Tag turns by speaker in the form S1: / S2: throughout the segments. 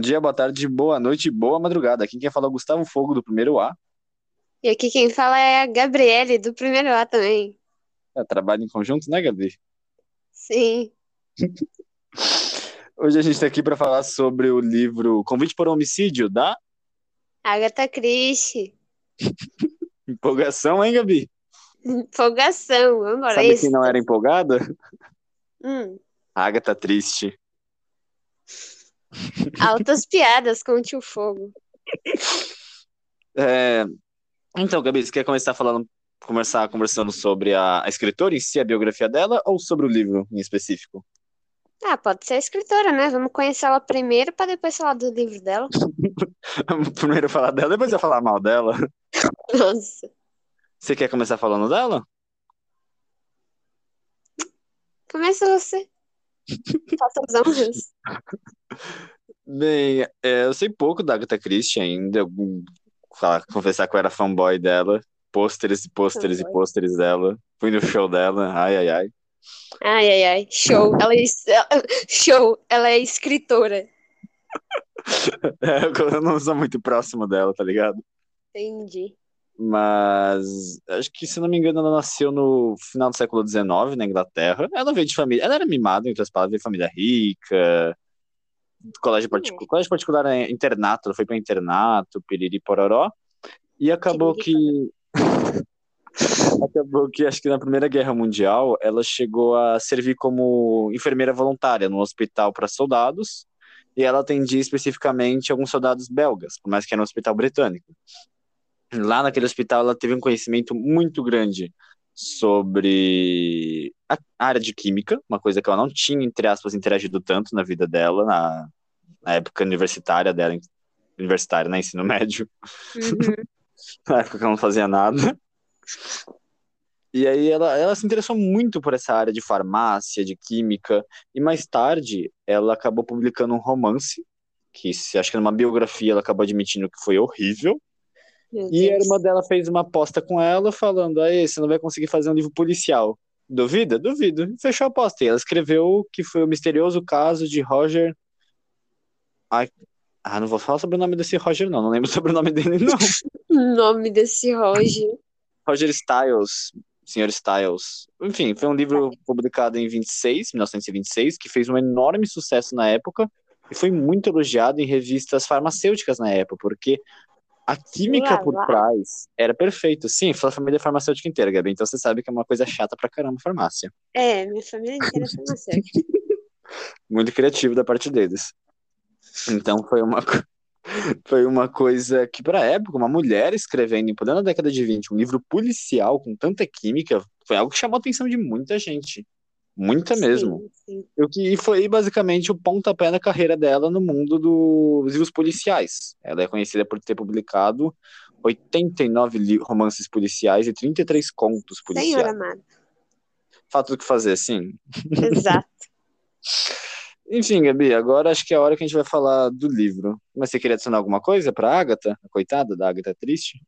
S1: dia, boa tarde, boa noite, boa madrugada. Aqui quem fala é o Gustavo Fogo, do primeiro A.
S2: E aqui quem fala é a Gabriele, do primeiro A também.
S1: É, trabalho em conjunto, né, Gabi?
S2: Sim.
S1: Hoje a gente está aqui para falar sobre o livro Convite por um Homicídio, da
S2: Agatha Christie.
S1: empolgação, hein, Gabi?
S2: Empolgação, vambora.
S1: Sabe
S2: isso.
S1: quem não era empolgada?
S2: Hum,
S1: A Agatha Triste.
S2: altas piadas com o tio Fogo.
S1: É, Então, Gabi, você quer começar falando, começar conversando sobre a, a escritora em si, a biografia dela, ou sobre o livro em específico?
S2: Ah, pode ser a escritora, né? Vamos conhecer ela primeiro para depois falar do livro dela.
S1: Primeiro falar dela, depois eu falar mal dela.
S2: Nossa,
S1: Você quer começar falando dela?
S2: começa você. Faça os honras.
S1: Bem, é, eu sei pouco da Agatha Christie ainda. Eu vou falar, confessar que eu era fanboy dela. Pôsteres e pôsteres e
S2: Fanboy.
S1: pôsteres dela. Fui no show dela. Ai, ai, ai.
S2: Ai, ai, ai. Show. Ela é, es- ela- show. Ela é escritora.
S1: É, eu não sou muito próximo dela, tá ligado?
S2: Entendi.
S1: Mas acho que, se não me engano, ela nasceu no final do século XIX, na Inglaterra. Ela veio de família. Ela era mimada, em outras palavras, veio de família rica, colégio particular. Colégio particular é internato, ela foi para internato, piriri pororó. E acabou que. acabou que, acho que na Primeira Guerra Mundial, ela chegou a servir como enfermeira voluntária no hospital para soldados. E ela atendia especificamente alguns soldados belgas, por mais que era um hospital britânico lá naquele hospital ela teve um conhecimento muito grande sobre a área de química, uma coisa que ela não tinha, entre aspas, interagido tanto na vida dela, na, na época universitária dela, em- universitária, né, ensino médio,
S2: Uhum.
S1: na época que ela não fazia nada. E aí ela, ela se interessou muito por essa área de farmácia, de química, e mais tarde ela acabou publicando um romance, que se- acho que numa biografia ela acabou admitindo que foi horrível,
S2: Meu
S1: E a
S2: Deus.
S1: irmã dela fez uma aposta com ela, falando: aí, você não vai conseguir fazer um livro policial. Duvida? Duvido. E Fechou a aposta. E ela escreveu que foi o misterioso caso de Roger. Ai, ah, não vou falar sobre o nome desse Roger, não. Não lembro sobre o nome dele, não.
S2: O nome desse Roger.
S1: Roger Styles. Senhor Styles. Enfim, foi um livro publicado em 26, 1926, que fez um enorme sucesso na época e foi muito elogiado em revistas farmacêuticas na época, porque a química
S2: Lá,
S1: por
S2: lá.
S1: trás era perfeita. Sim, foi a família farmacêutica inteira, Gabi, então você sabe que é uma coisa chata pra caramba farmácia.
S2: É, minha família inteira é farmacêutica.
S1: Muito criativo da parte deles. Então foi uma co- foi uma coisa que pra época, uma mulher escrevendo, em plena década de 20, um livro policial com tanta química, foi algo que chamou a atenção de muita gente. Muita mesmo.
S2: Sim, sim.
S1: E o que e foi basicamente o pontapé na carreira dela no mundo do- dos livros policiais. Ela é conhecida por ter publicado 89 li- romances policiais e 33 contos
S2: Senhor
S1: policiais.
S2: amado.
S1: Fato do que fazer, sim.
S2: Exato.
S1: Enfim, Gabi, agora acho que é a hora que a gente vai falar do livro. Mas você queria adicionar alguma coisa pra Agatha? A Coitada da Agatha é Triste?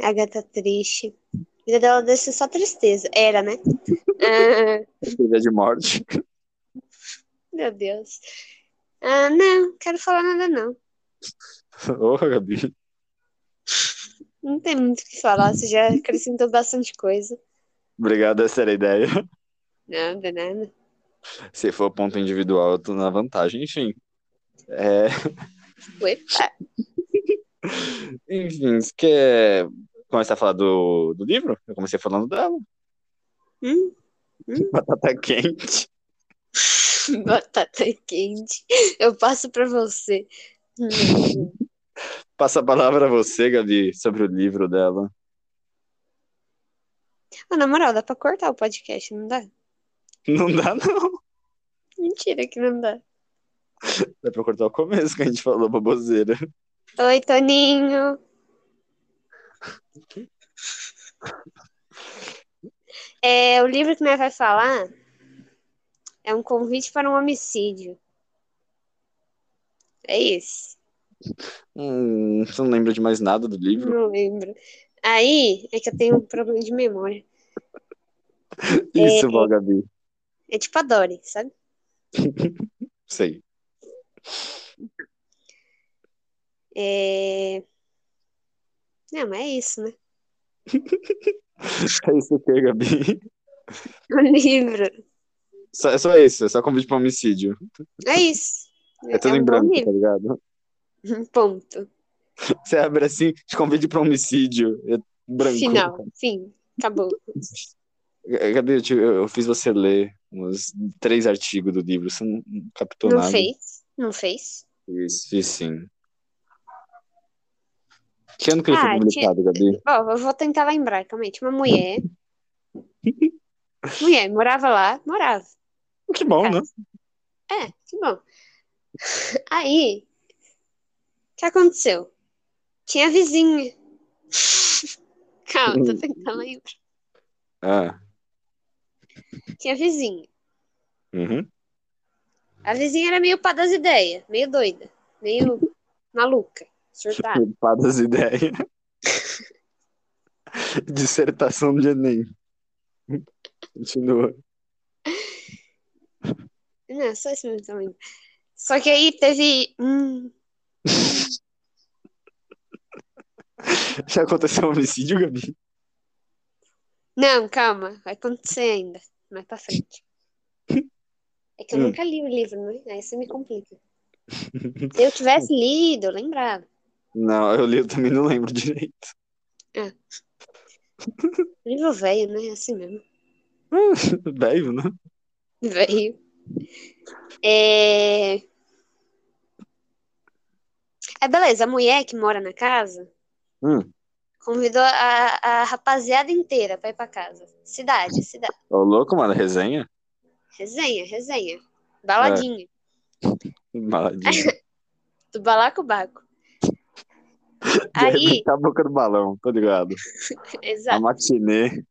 S2: A gata triste. A vida dela desce só tristeza. Era, né? Ah,
S1: Filha de morte.
S2: meu Deus. Ah, não, quero falar nada, não.
S1: Ô, Gabi.
S2: Não tem muito o que falar, você já acrescentou bastante coisa.
S1: Obrigado, essa era a ideia.
S2: Nada, nada.
S1: Se for ponto individual, eu tô na vantagem. Enfim. É.
S2: Uepa.
S1: Enfim, você quer começar a falar do, do livro? Eu comecei falando dela.
S2: Hum,
S1: Batata quente.
S2: batata quente. Eu passo pra você. Hum.
S1: Passa a palavra a você, Gabi, sobre o livro dela.
S2: Ah, na moral, dá pra cortar o podcast, não dá?
S1: Não dá, não.
S2: Mentira que não dá.
S1: Dá pra cortar o começo que a gente falou, baboseira.
S2: Oi, Toninho. É, o livro que nós vai falar é um convite para um homicídio. É isso.
S1: Hum, você não lembra de mais nada do livro?
S2: Não lembro. Aí é que eu tenho um problema de memória.
S1: Isso, bom, Gabi.
S2: É tipo a Dory, sabe?
S1: Sei.
S2: É... Não, mas é isso, né?
S1: É isso que, Gabi.
S2: O livro.
S1: Só, é só isso, é só convite pra homicídio.
S2: É isso.
S1: É tudo
S2: um
S1: em
S2: bom
S1: branco,
S2: livro.
S1: tá ligado?
S2: Ponto.
S1: Você abre assim, te convide pra homicídio. É branco.
S2: Final. Fim. Acabou.
S1: É, Gabi, eu, te- eu fiz você ler uns três artigos do livro, você não não captou
S2: Não
S1: nada.
S2: fez? Não fez?
S1: Fiz, fiz sim. Que ano que ele foi
S2: Ah,
S1: publicado, Gabi?
S2: Ó, eu vou tentar lembrar, calma aí. Tinha uma mulher. mulher, morava lá, morava.
S1: Que bom, né?
S2: É, que bom. Aí, o que aconteceu? Tinha vizinha. Calma, tô tentando lembrar.
S1: Ah,
S2: Tinha vizinha.
S1: uhum.
S2: A vizinha era meio pá das ideias, meio doida, meio maluca, surtada.
S1: Pá das ideias. Dissertação de Enem. Continua.
S2: Não, só esse mesmo tamanho. Só que aí teve. Hum,
S1: Já aconteceu um homicídio, Gabi?
S2: Não, calma, vai acontecer ainda, mais pra frente. É que eu
S1: Hum.
S2: nunca li o livro, né? Aí você me complica. Se eu tivesse lido, eu lembrava.
S1: Não, eu li, eu também não lembro direito.
S2: Livro velho, né? É Assim mesmo.
S1: Velho, né?
S2: Velho. É. É beleza, a mulher que mora na casa
S1: Hum.
S2: convidou a, a rapaziada inteira pra ir pra casa. Cidade, cidade.
S1: Ô, louco, mano, resenha?
S2: Resenha, resenha. Baladinha.
S1: Maladinho.
S2: Do balacobaco. Aí,
S1: Tá a boca do balão, tô ligado. A
S2: exato.
S1: matinê.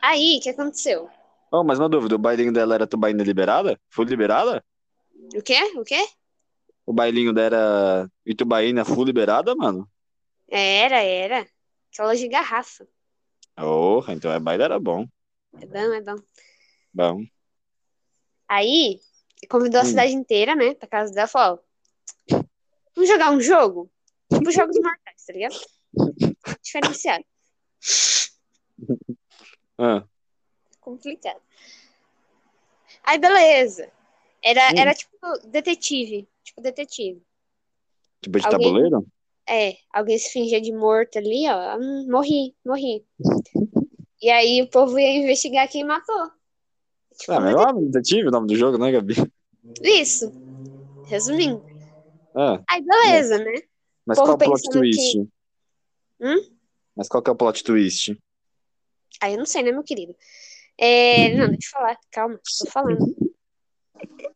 S2: Aí, o que aconteceu?
S1: Oh, mas uma dúvida, o bailinho dela era tubaína liberada? Full liberada?
S2: O quê? O quê?
S1: O bailinho dela era Itubaína full liberada, mano?
S2: Era, era. Aquela de garrafa.
S1: Oh, então é baile era bom.
S2: É bom, é bom.
S1: Bom.
S2: Aí, convidou a
S1: Hum.
S2: cidade inteira, né? Pra casa dela, falou: ó, vamos jogar um jogo? Tipo jogos mortais, tá ligado? Diferenciado.
S1: Ah,
S2: Complicado. Aí, beleza. Era,
S1: Hum.
S2: era tipo detetive. Tipo detetive.
S1: tipo de
S2: Alguém-
S1: tabuleiro?
S2: É, alguém se fingia de morto ali, ó. Hum, morri, morri. E aí o povo ia investigar quem matou. Tipo,
S1: Ah, mas é uma iniciativa o nome do jogo, né, Gabi?
S2: Isso. Resumindo.
S1: Ah,
S2: Aí, beleza, né?
S1: mas qual é
S2: Povo
S1: o plot
S2: pensando
S1: twist?
S2: Hum?
S1: Mas qual que é o plot twist?
S2: Aí eu não sei, né, meu querido? É, não, deixa eu falar, calma, tô falando,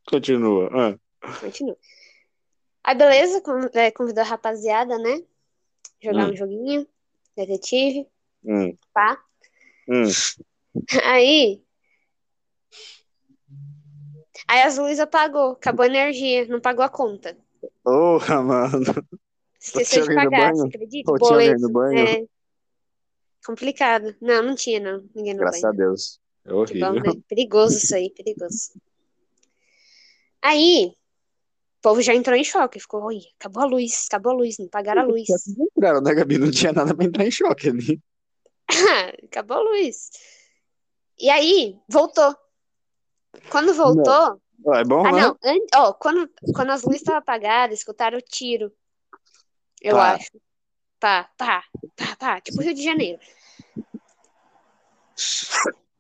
S1: Continua. Ah.
S2: continua. Aí, beleza, con- é, convidou a rapaziada, né? Jogar
S1: Hum.
S2: um joguinho, detetive,
S1: Hum,
S2: pá.
S1: hum.
S2: Aí. Aí as luzes apagou, acabou a energia, não pagou a conta.
S1: Porra, mano.
S2: Esqueceu de
S1: Tinha alguém no
S2: pagar,
S1: banho?
S2: você acredita?
S1: Ou tinha alguém
S2: Boleto,
S1: no banho?
S2: é. Complicado. Não, não tinha, não. Ninguém no
S1: Graças
S2: banho.
S1: a Deus. É
S2: Que bom,
S1: horrível.
S2: né? Perigoso isso aí, perigoso. Aí, o povo já entrou em choque, ficou, oi, acabou a luz, acabou a luz, não pagaram a luz.
S1: Claro, né, Gabi? Não tinha nada pra entrar em choque ali.
S2: acabou a luz. E aí, voltou. Quando voltou,
S1: Ó, é bom,
S2: ah,
S1: né?
S2: não, an- ó, quando, quando as luzes estavam apagadas, escutaram o tiro, eu
S1: Pá.
S2: acho. Tá, Pá, pá, pá, pá, tipo Rio de Janeiro.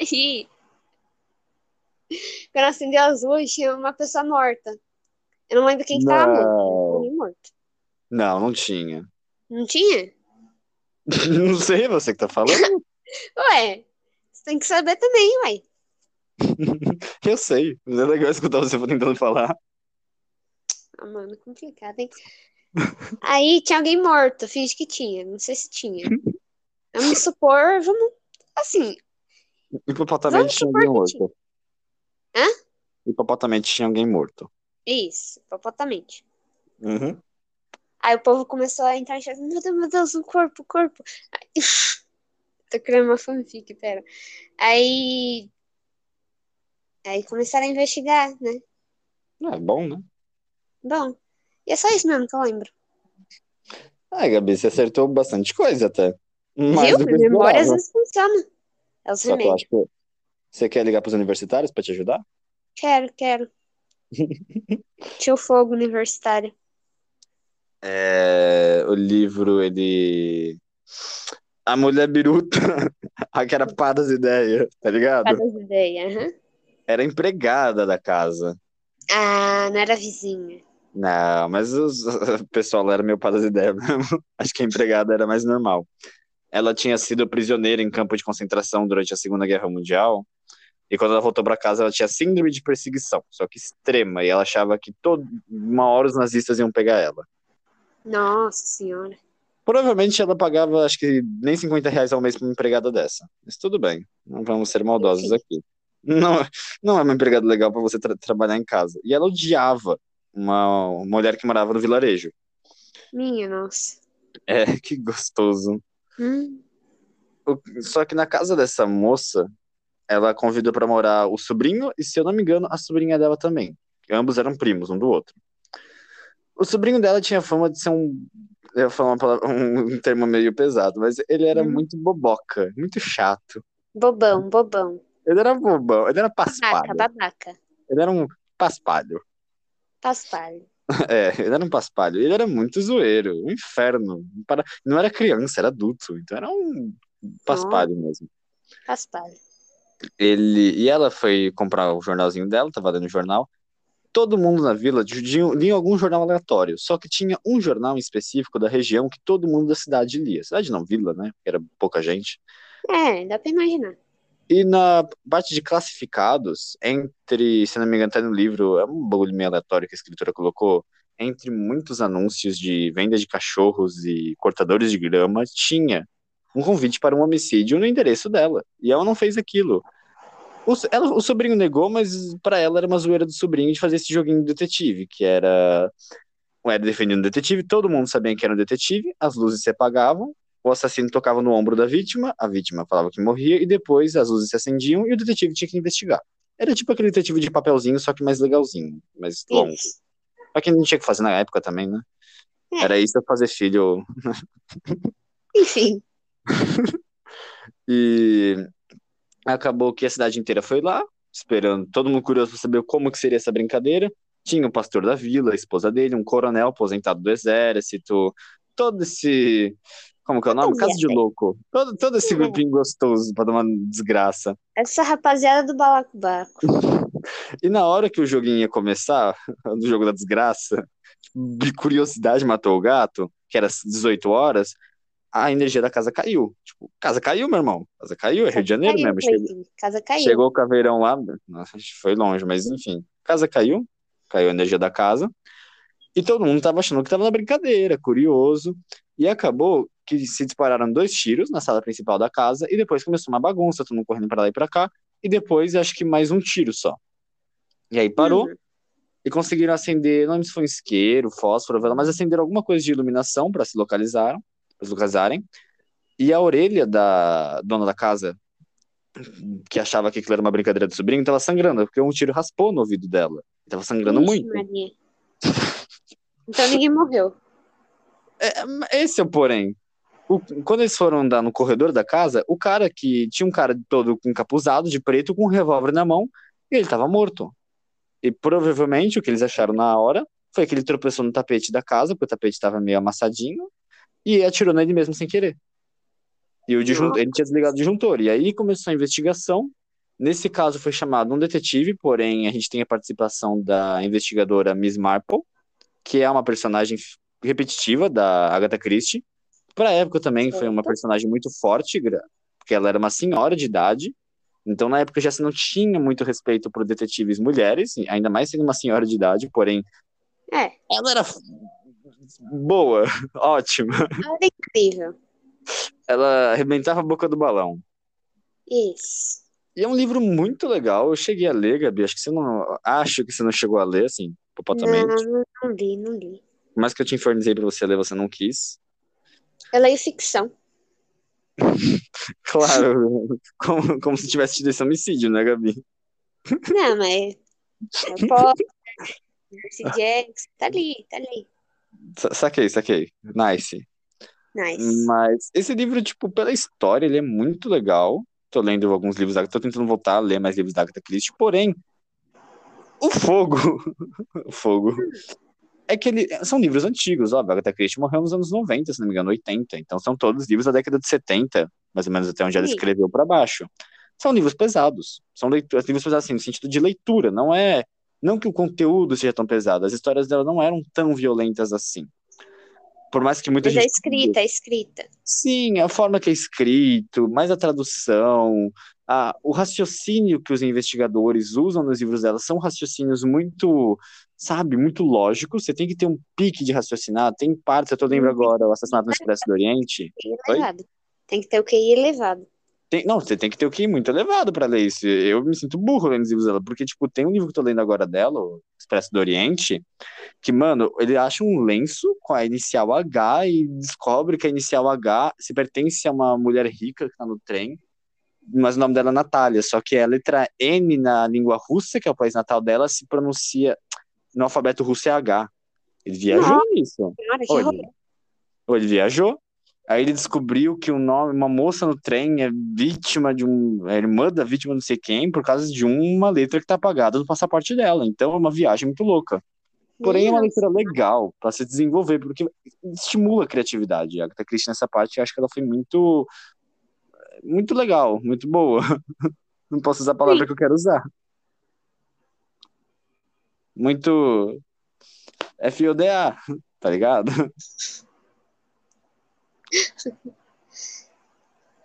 S2: Aí, quando acendeu as luzes, tinha uma pessoa morta. Eu não lembro quem que tava morto.
S1: Não.
S2: Ninguém morto.
S1: Não, não tinha.
S2: Não tinha?
S1: Não sei você que tá falando.
S2: Ué, você tem que saber também, ué.
S1: Eu sei. Mas é legal escutar você tentando falar.
S2: Ah, mano, complicado, hein? Aí tinha alguém morto, finge que tinha, não sei se tinha. Vamos supor, vamos. Assim,
S1: Hipopotamamente
S2: Vamos
S1: tinha
S2: supor
S1: alguém
S2: que tinha.
S1: morto. Hã? Hipopotamamente tinha alguém morto.
S2: isso, hipopotamente.
S1: Uhum.
S2: Aí o povo começou a entrar em choque. Meu Deus, meu Deus, o corpo, o corpo. Aí, tô criando uma fanfic, pera. Aí. Aí começaram a investigar, né?
S1: É bom, né?
S2: Bom. E é só isso mesmo que eu lembro.
S1: Ah, Gabi, você acertou bastante coisa até. Mais
S2: Viu?
S1: do que eu
S2: Minha memória às
S1: esperava.
S2: vezes funciona. É os
S1: Só que eu
S2: remédios.
S1: acho que você quer ligar pros universitários pra te ajudar?
S2: Quero, quero. Tio Fogo Universitário.
S1: É, o livro, ele. A mulher biruta, a que era pá das ideias, tá ligado?
S2: Cada ideia. aham.
S1: Era empregada da casa.
S2: Ah, não era vizinha.
S1: Não, mas os- o pessoal lá era meio pá das ideias mesmo. Acho que a empregada era mais normal. Ela tinha sido prisioneira em campo de concentração durante a Segunda Guerra Mundial. E quando ela voltou pra casa, ela tinha síndrome de perseguição, só que extrema. E ela achava que toda uma hora os nazistas iam pegar ela.
S2: Nossa senhora.
S1: Provavelmente ela pagava, acho que nem 50 reais ao mês pra uma empregada dessa. Mas tudo bem, não vamos ser maldosos
S2: Enfim.
S1: aqui. Não, não é uma empregada legal pra você tra- trabalhar em casa. E ela odiava uma, uma mulher que morava no vilarejo.
S2: Minha nossa.
S1: É, que gostoso.
S2: Hum,
S1: O- só que na casa dessa moça, ela convidou pra morar o sobrinho e, se eu não me engano, a sobrinha dela também. Ambos eram primos um do outro. O sobrinho dela tinha fama de ser um. Eu ia falar uma palavra- um termo meio pesado, mas ele era
S2: Hum.
S1: muito boboca, muito chato.
S2: Bobão, bobão.
S1: Ele era bobão, ele era
S2: Babaca,
S1: paspalho.
S2: babaca.
S1: Ele era um paspalho.
S2: Paspalho.
S1: É, ele era um paspalho. Ele era muito zoeiro, um inferno. Para- Não era criança, era adulto. Então era um paspalho mesmo.
S2: Paspalho.
S1: Ele... E ela foi comprar o jornalzinho dela, tava lendo o jornal. Todo mundo na vila tinha- lia algum jornal aleatório, só que tinha um jornal em específico da região que todo mundo da cidade lia. Cidade não, vila, né? Porque era pouca gente.
S2: É, dá pra imaginar.
S1: E na parte de classificados, entre, se não me engano, tá no livro, é um bagulho meio aleatório que a escritora colocou, entre muitos anúncios de venda de cachorros e cortadores de grama, tinha um convite para um homicídio no endereço dela. E ela não fez aquilo. O, so- ela- o sobrinho negou, mas para ela era uma zoeira do sobrinho de fazer esse joguinho do detetive, que era. um, Era defendendo o detetive, todo mundo sabia que era um detetive, as luzes se apagavam, o assassino tocava no ombro da vítima, a vítima falava que morria, e depois as luzes se acendiam e o detetive tinha que investigar. Era tipo aquele detetive de papelzinho, só que mais legalzinho, mais longo.
S2: Isso.
S1: Só que não tinha o que fazer na época também, né?
S2: É.
S1: Era isso eu fazer filho.
S2: Enfim.
S1: E acabou que a cidade inteira foi lá, esperando, todo mundo curioso pra saber como que seria essa brincadeira. Tinha o pastor da vila, a esposa dele, um coronel aposentado do exército, todo esse. Como que é o nome? Casa de louco. Todo, todo esse
S2: É.
S1: grupinho gostoso pra dar uma desgraça.
S2: Essa rapaziada do balacobaco.
S1: E na hora que o joguinho ia começar, do jogo da desgraça, de curiosidade matou o gato, que era às 18 horas, a energia da casa caiu. Tipo, casa caiu, meu irmão. Casa caiu, é Rio de Janeiro
S2: Caiu,
S1: mesmo. Chegou,
S2: Cleitinho. Casa caiu.
S1: chegou o caveirão lá, nossa, foi longe, mas enfim. Casa caiu, caiu a energia da casa. E todo mundo tava achando que tava na brincadeira, curioso. E acabou que se dispararam dois tiros na sala principal da casa, e depois começou uma bagunça, todo mundo correndo pra lá e pra cá. E depois, acho que mais um tiro só. E aí parou
S2: Hum,
S1: e conseguiram acender, não lembro se foi um isqueiro, fósforo, vela, mas acenderam alguma coisa de iluminação para se localizaram, pra se localizarem. E a orelha da dona da casa, que achava que aquilo era uma brincadeira do sobrinho, tava sangrando, porque um tiro raspou no ouvido dela. Tava sangrando
S2: Ixi,
S1: muito.
S2: Maria. Então ninguém morreu.
S1: É, esse é o porém. O- quando eles foram andar no corredor da casa, o cara que tinha um cara todo encapuzado, de preto, com um revólver na mão, e ele tava morto. E provavelmente o que eles acharam na hora foi que ele tropeçou no tapete da casa, porque o tapete tava meio amassadinho, e atirou nele mesmo sem querer. E o disjun-
S2: Nossa.
S1: ele tinha desligado o disjuntor. E aí começou a investigação. Nesse caso foi chamado um detetive, porém a gente tem a participação da investigadora Miss Marple, que é uma personagem f- repetitiva da Agatha Christie. Pra época também foi uma
S2: Certo.
S1: personagem muito forte, gra- porque ela era uma senhora de idade. Então na época já se não tinha muito respeito por detetives mulheres, ainda mais sendo uma senhora de idade, porém
S2: É,
S1: ela era f- boa, ótima.
S2: era incrível.
S1: Ela arrebentava a boca do balão.
S2: Isso.
S1: E é um livro muito legal. Eu cheguei a ler, Gabi. Acho que você não. Acho que você não chegou a ler, assim,
S2: Não,
S1: completamente.
S2: não, não li, não li.
S1: Por mais que eu te infernizei pra você ler, você não quis.
S2: Eu leio é ficção.
S1: Claro, como, como se tivesse tido esse homicídio, né, Gabi?
S2: Não, mas. É Potter, Percy Jackson, tá ali, tá ali.
S1: Sa- Saquei, saquei. Nice.
S2: Nice.
S1: Mas esse livro, tipo, pela história, ele é muito legal. Tô lendo alguns livros da Tô tentando voltar a ler mais livros da Agatha Christie, porém, o fogo. o fogo. É que ele, são livros antigos, óbvio. A Agatha Christie morreu nos anos 90, se não me engano, 80. Então são todos livros da década de 70, mais ou menos até onde ela
S2: Sim.
S1: escreveu pra baixo. São livros pesados. São leituras, livros pesados assim, no sentido de leitura. Não é. Não que o conteúdo seja tão pesado. As histórias dela não eram tão violentas assim. Por mais que muita
S2: Mas é
S1: gente.
S2: escrita, é escrita.
S1: Sim, a forma que é escrito, mais a tradução, a, o raciocínio que os investigadores usam nos livros dela são raciocínios muito, sabe, muito lógicos. Você tem que ter um pique de raciocinar. Tem partes, eu tô lembro agora, o assassinato no Expresso do Oriente.
S2: QI elevado. é Tem que ter o QI elevado.
S1: Tem- não, você tem que ter o QI muito elevado pra ler isso. Eu me sinto burro lendo os livros dela, porque, tipo, tem um livro que eu tô lendo agora dela, o Expresso do Oriente, que, mano, ele acha um lenço com a inicial H e descobre que a inicial H se pertence a uma mulher rica que tá no trem, mas o nome dela é Natália, só que a letra N na língua russa, que é o país natal dela, se pronuncia no alfabeto russo é H. Ele viajou nisso.
S2: Senhora, que
S1: Olha,
S2: horror.
S1: ou ele viajou, aí ele descobriu que um nome, uma moça no trem é vítima de um. É irmã da vítima não sei quem, por causa de uma letra que tá apagada do passaporte dela. Então é uma viagem muito louca. Porém, é uma
S2: Nossa.
S1: leitura legal para se desenvolver, porque estimula a criatividade. A Agatha Christie nessa parte, eu acho que ela foi muito. Muito legal, muito boa. Não posso usar a palavra que eu quero usar. Muito. FODA, tá ligado?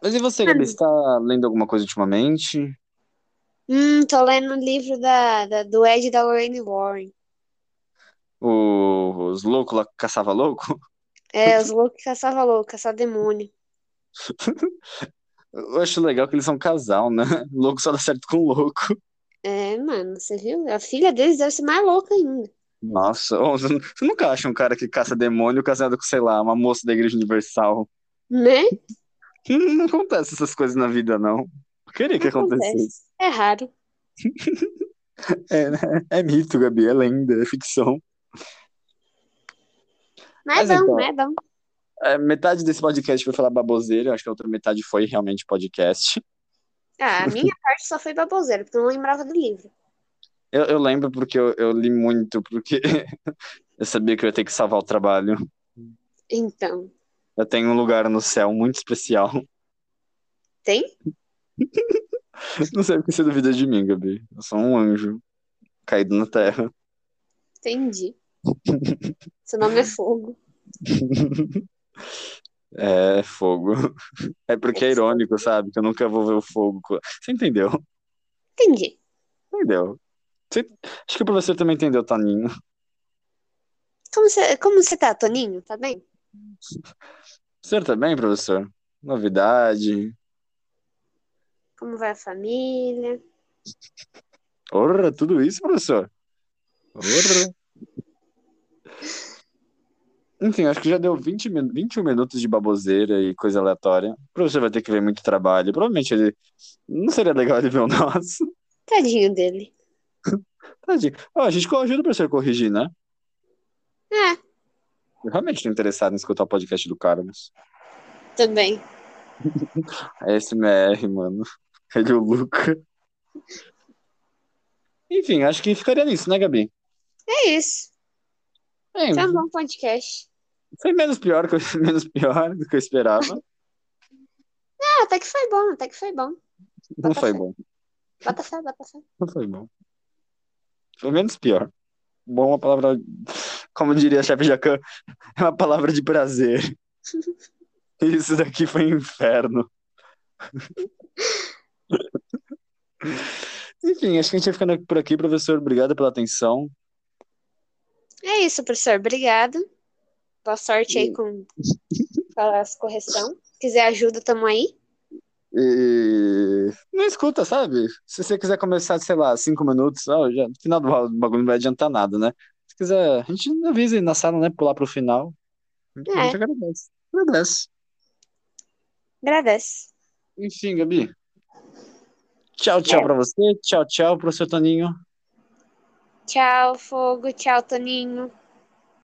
S1: Mas e você, Gabi? Você tá lendo alguma coisa ultimamente?
S2: Hum, tô lendo o livro da, da- do Ed e da Lorraine Warren.
S1: O- Os loucos lá que caçava louco?
S2: É, os loucos que caçavam louco, caçava demônio.
S1: Eu acho legal que eles são um casal, né? Louco só dá certo com louco.
S2: É, mano, você viu? A filha deles deve ser mais louca ainda.
S1: Nossa, ô, você você nunca acha um cara que caça demônio casado com, sei lá, uma moça da Igreja Universal?
S2: Né?
S1: Hum, Não acontece essas coisas na vida, não. Eu queria que
S2: Acontece.
S1: acontecesse.
S2: É raro.
S1: É, né? É mito, Gabi, é lenda, é ficção.
S2: Mas é
S1: Mas então-
S2: bom, é bom.
S1: É, metade desse podcast foi falar baboseira, acho que a outra metade foi realmente podcast.
S2: Ah, a minha parte só foi baboseira, porque eu não lembrava do livro.
S1: Eu, eu lembro porque eu, eu li muito, porque eu sabia que eu ia ter que salvar o trabalho.
S2: Então,
S1: Eu tenho um lugar no céu muito especial.
S2: tem?
S1: Não sei porque você duvida de mim, Gabi. Eu sou um anjo caído na terra.
S2: Entendi. Seu nome é Fogo.
S1: É fogo. É porque é irônico, sabe? Que eu nunca vou ver o fogo. co- Você entendeu?
S2: Entendi.
S1: Entendeu? Você- Acho que o professor também entendeu, Taninho.
S2: Como você, como você tá, Toninho? Tá bem?
S1: O senhor tá bem, professor? Novidade.
S2: Como vai a família?
S1: Orra, tudo isso, professor? Orra. Enfim, acho que já deu 20, min- 21 minutos de baboseira e coisa aleatória. O professor vai ter que ver muito trabalho. Provavelmente ele. Não seria legal ele ver o nosso.
S2: Tadinho dele.
S1: Tadinho. Ó, Ah, a gente co- ajuda o professor a corrigir, né?
S2: É,
S1: Eu realmente estou interessado em escutar o podcast do Carlos.
S2: também.
S1: É SMR, mano. Ele e o Luca. Enfim, acho que ficaria nisso, né, Gabi?
S2: É isso.
S1: É,
S2: Foi um bom podcast.
S1: foi menos pior, que eu- menos pior do que eu esperava.
S2: Ah, até que foi bom, até que foi bom.
S1: Não foi bom.
S2: Bota fé, bota fé.
S1: Não foi bom. Foi menos pior. Bom, é uma palavra, como diria a chefe Jacan, é uma palavra de prazer. Isso daqui foi um inferno. Enfim, acho que a gente vai ficando por aqui, professor. Obrigado pela atenção.
S2: É isso, professor. Obrigado. Boa sorte aí com, com as correções. Se quiser ajuda, tamo aí.
S1: E não escuta, sabe? Se você quiser começar, sei lá, cinco minutos, ó, já, no final do ba- do bagulho não vai adiantar nada, né? Se quiser, a gente avisa aí na sala, né? Pular pro final. A gente agradece. Agradece.
S2: Agradece.
S1: Enfim, Gabi. Tchau, tchau
S2: É.
S1: pra você. Tchau, tchau pro seu Toninho.
S2: Tchau, Fogo. Tchau, Toninho.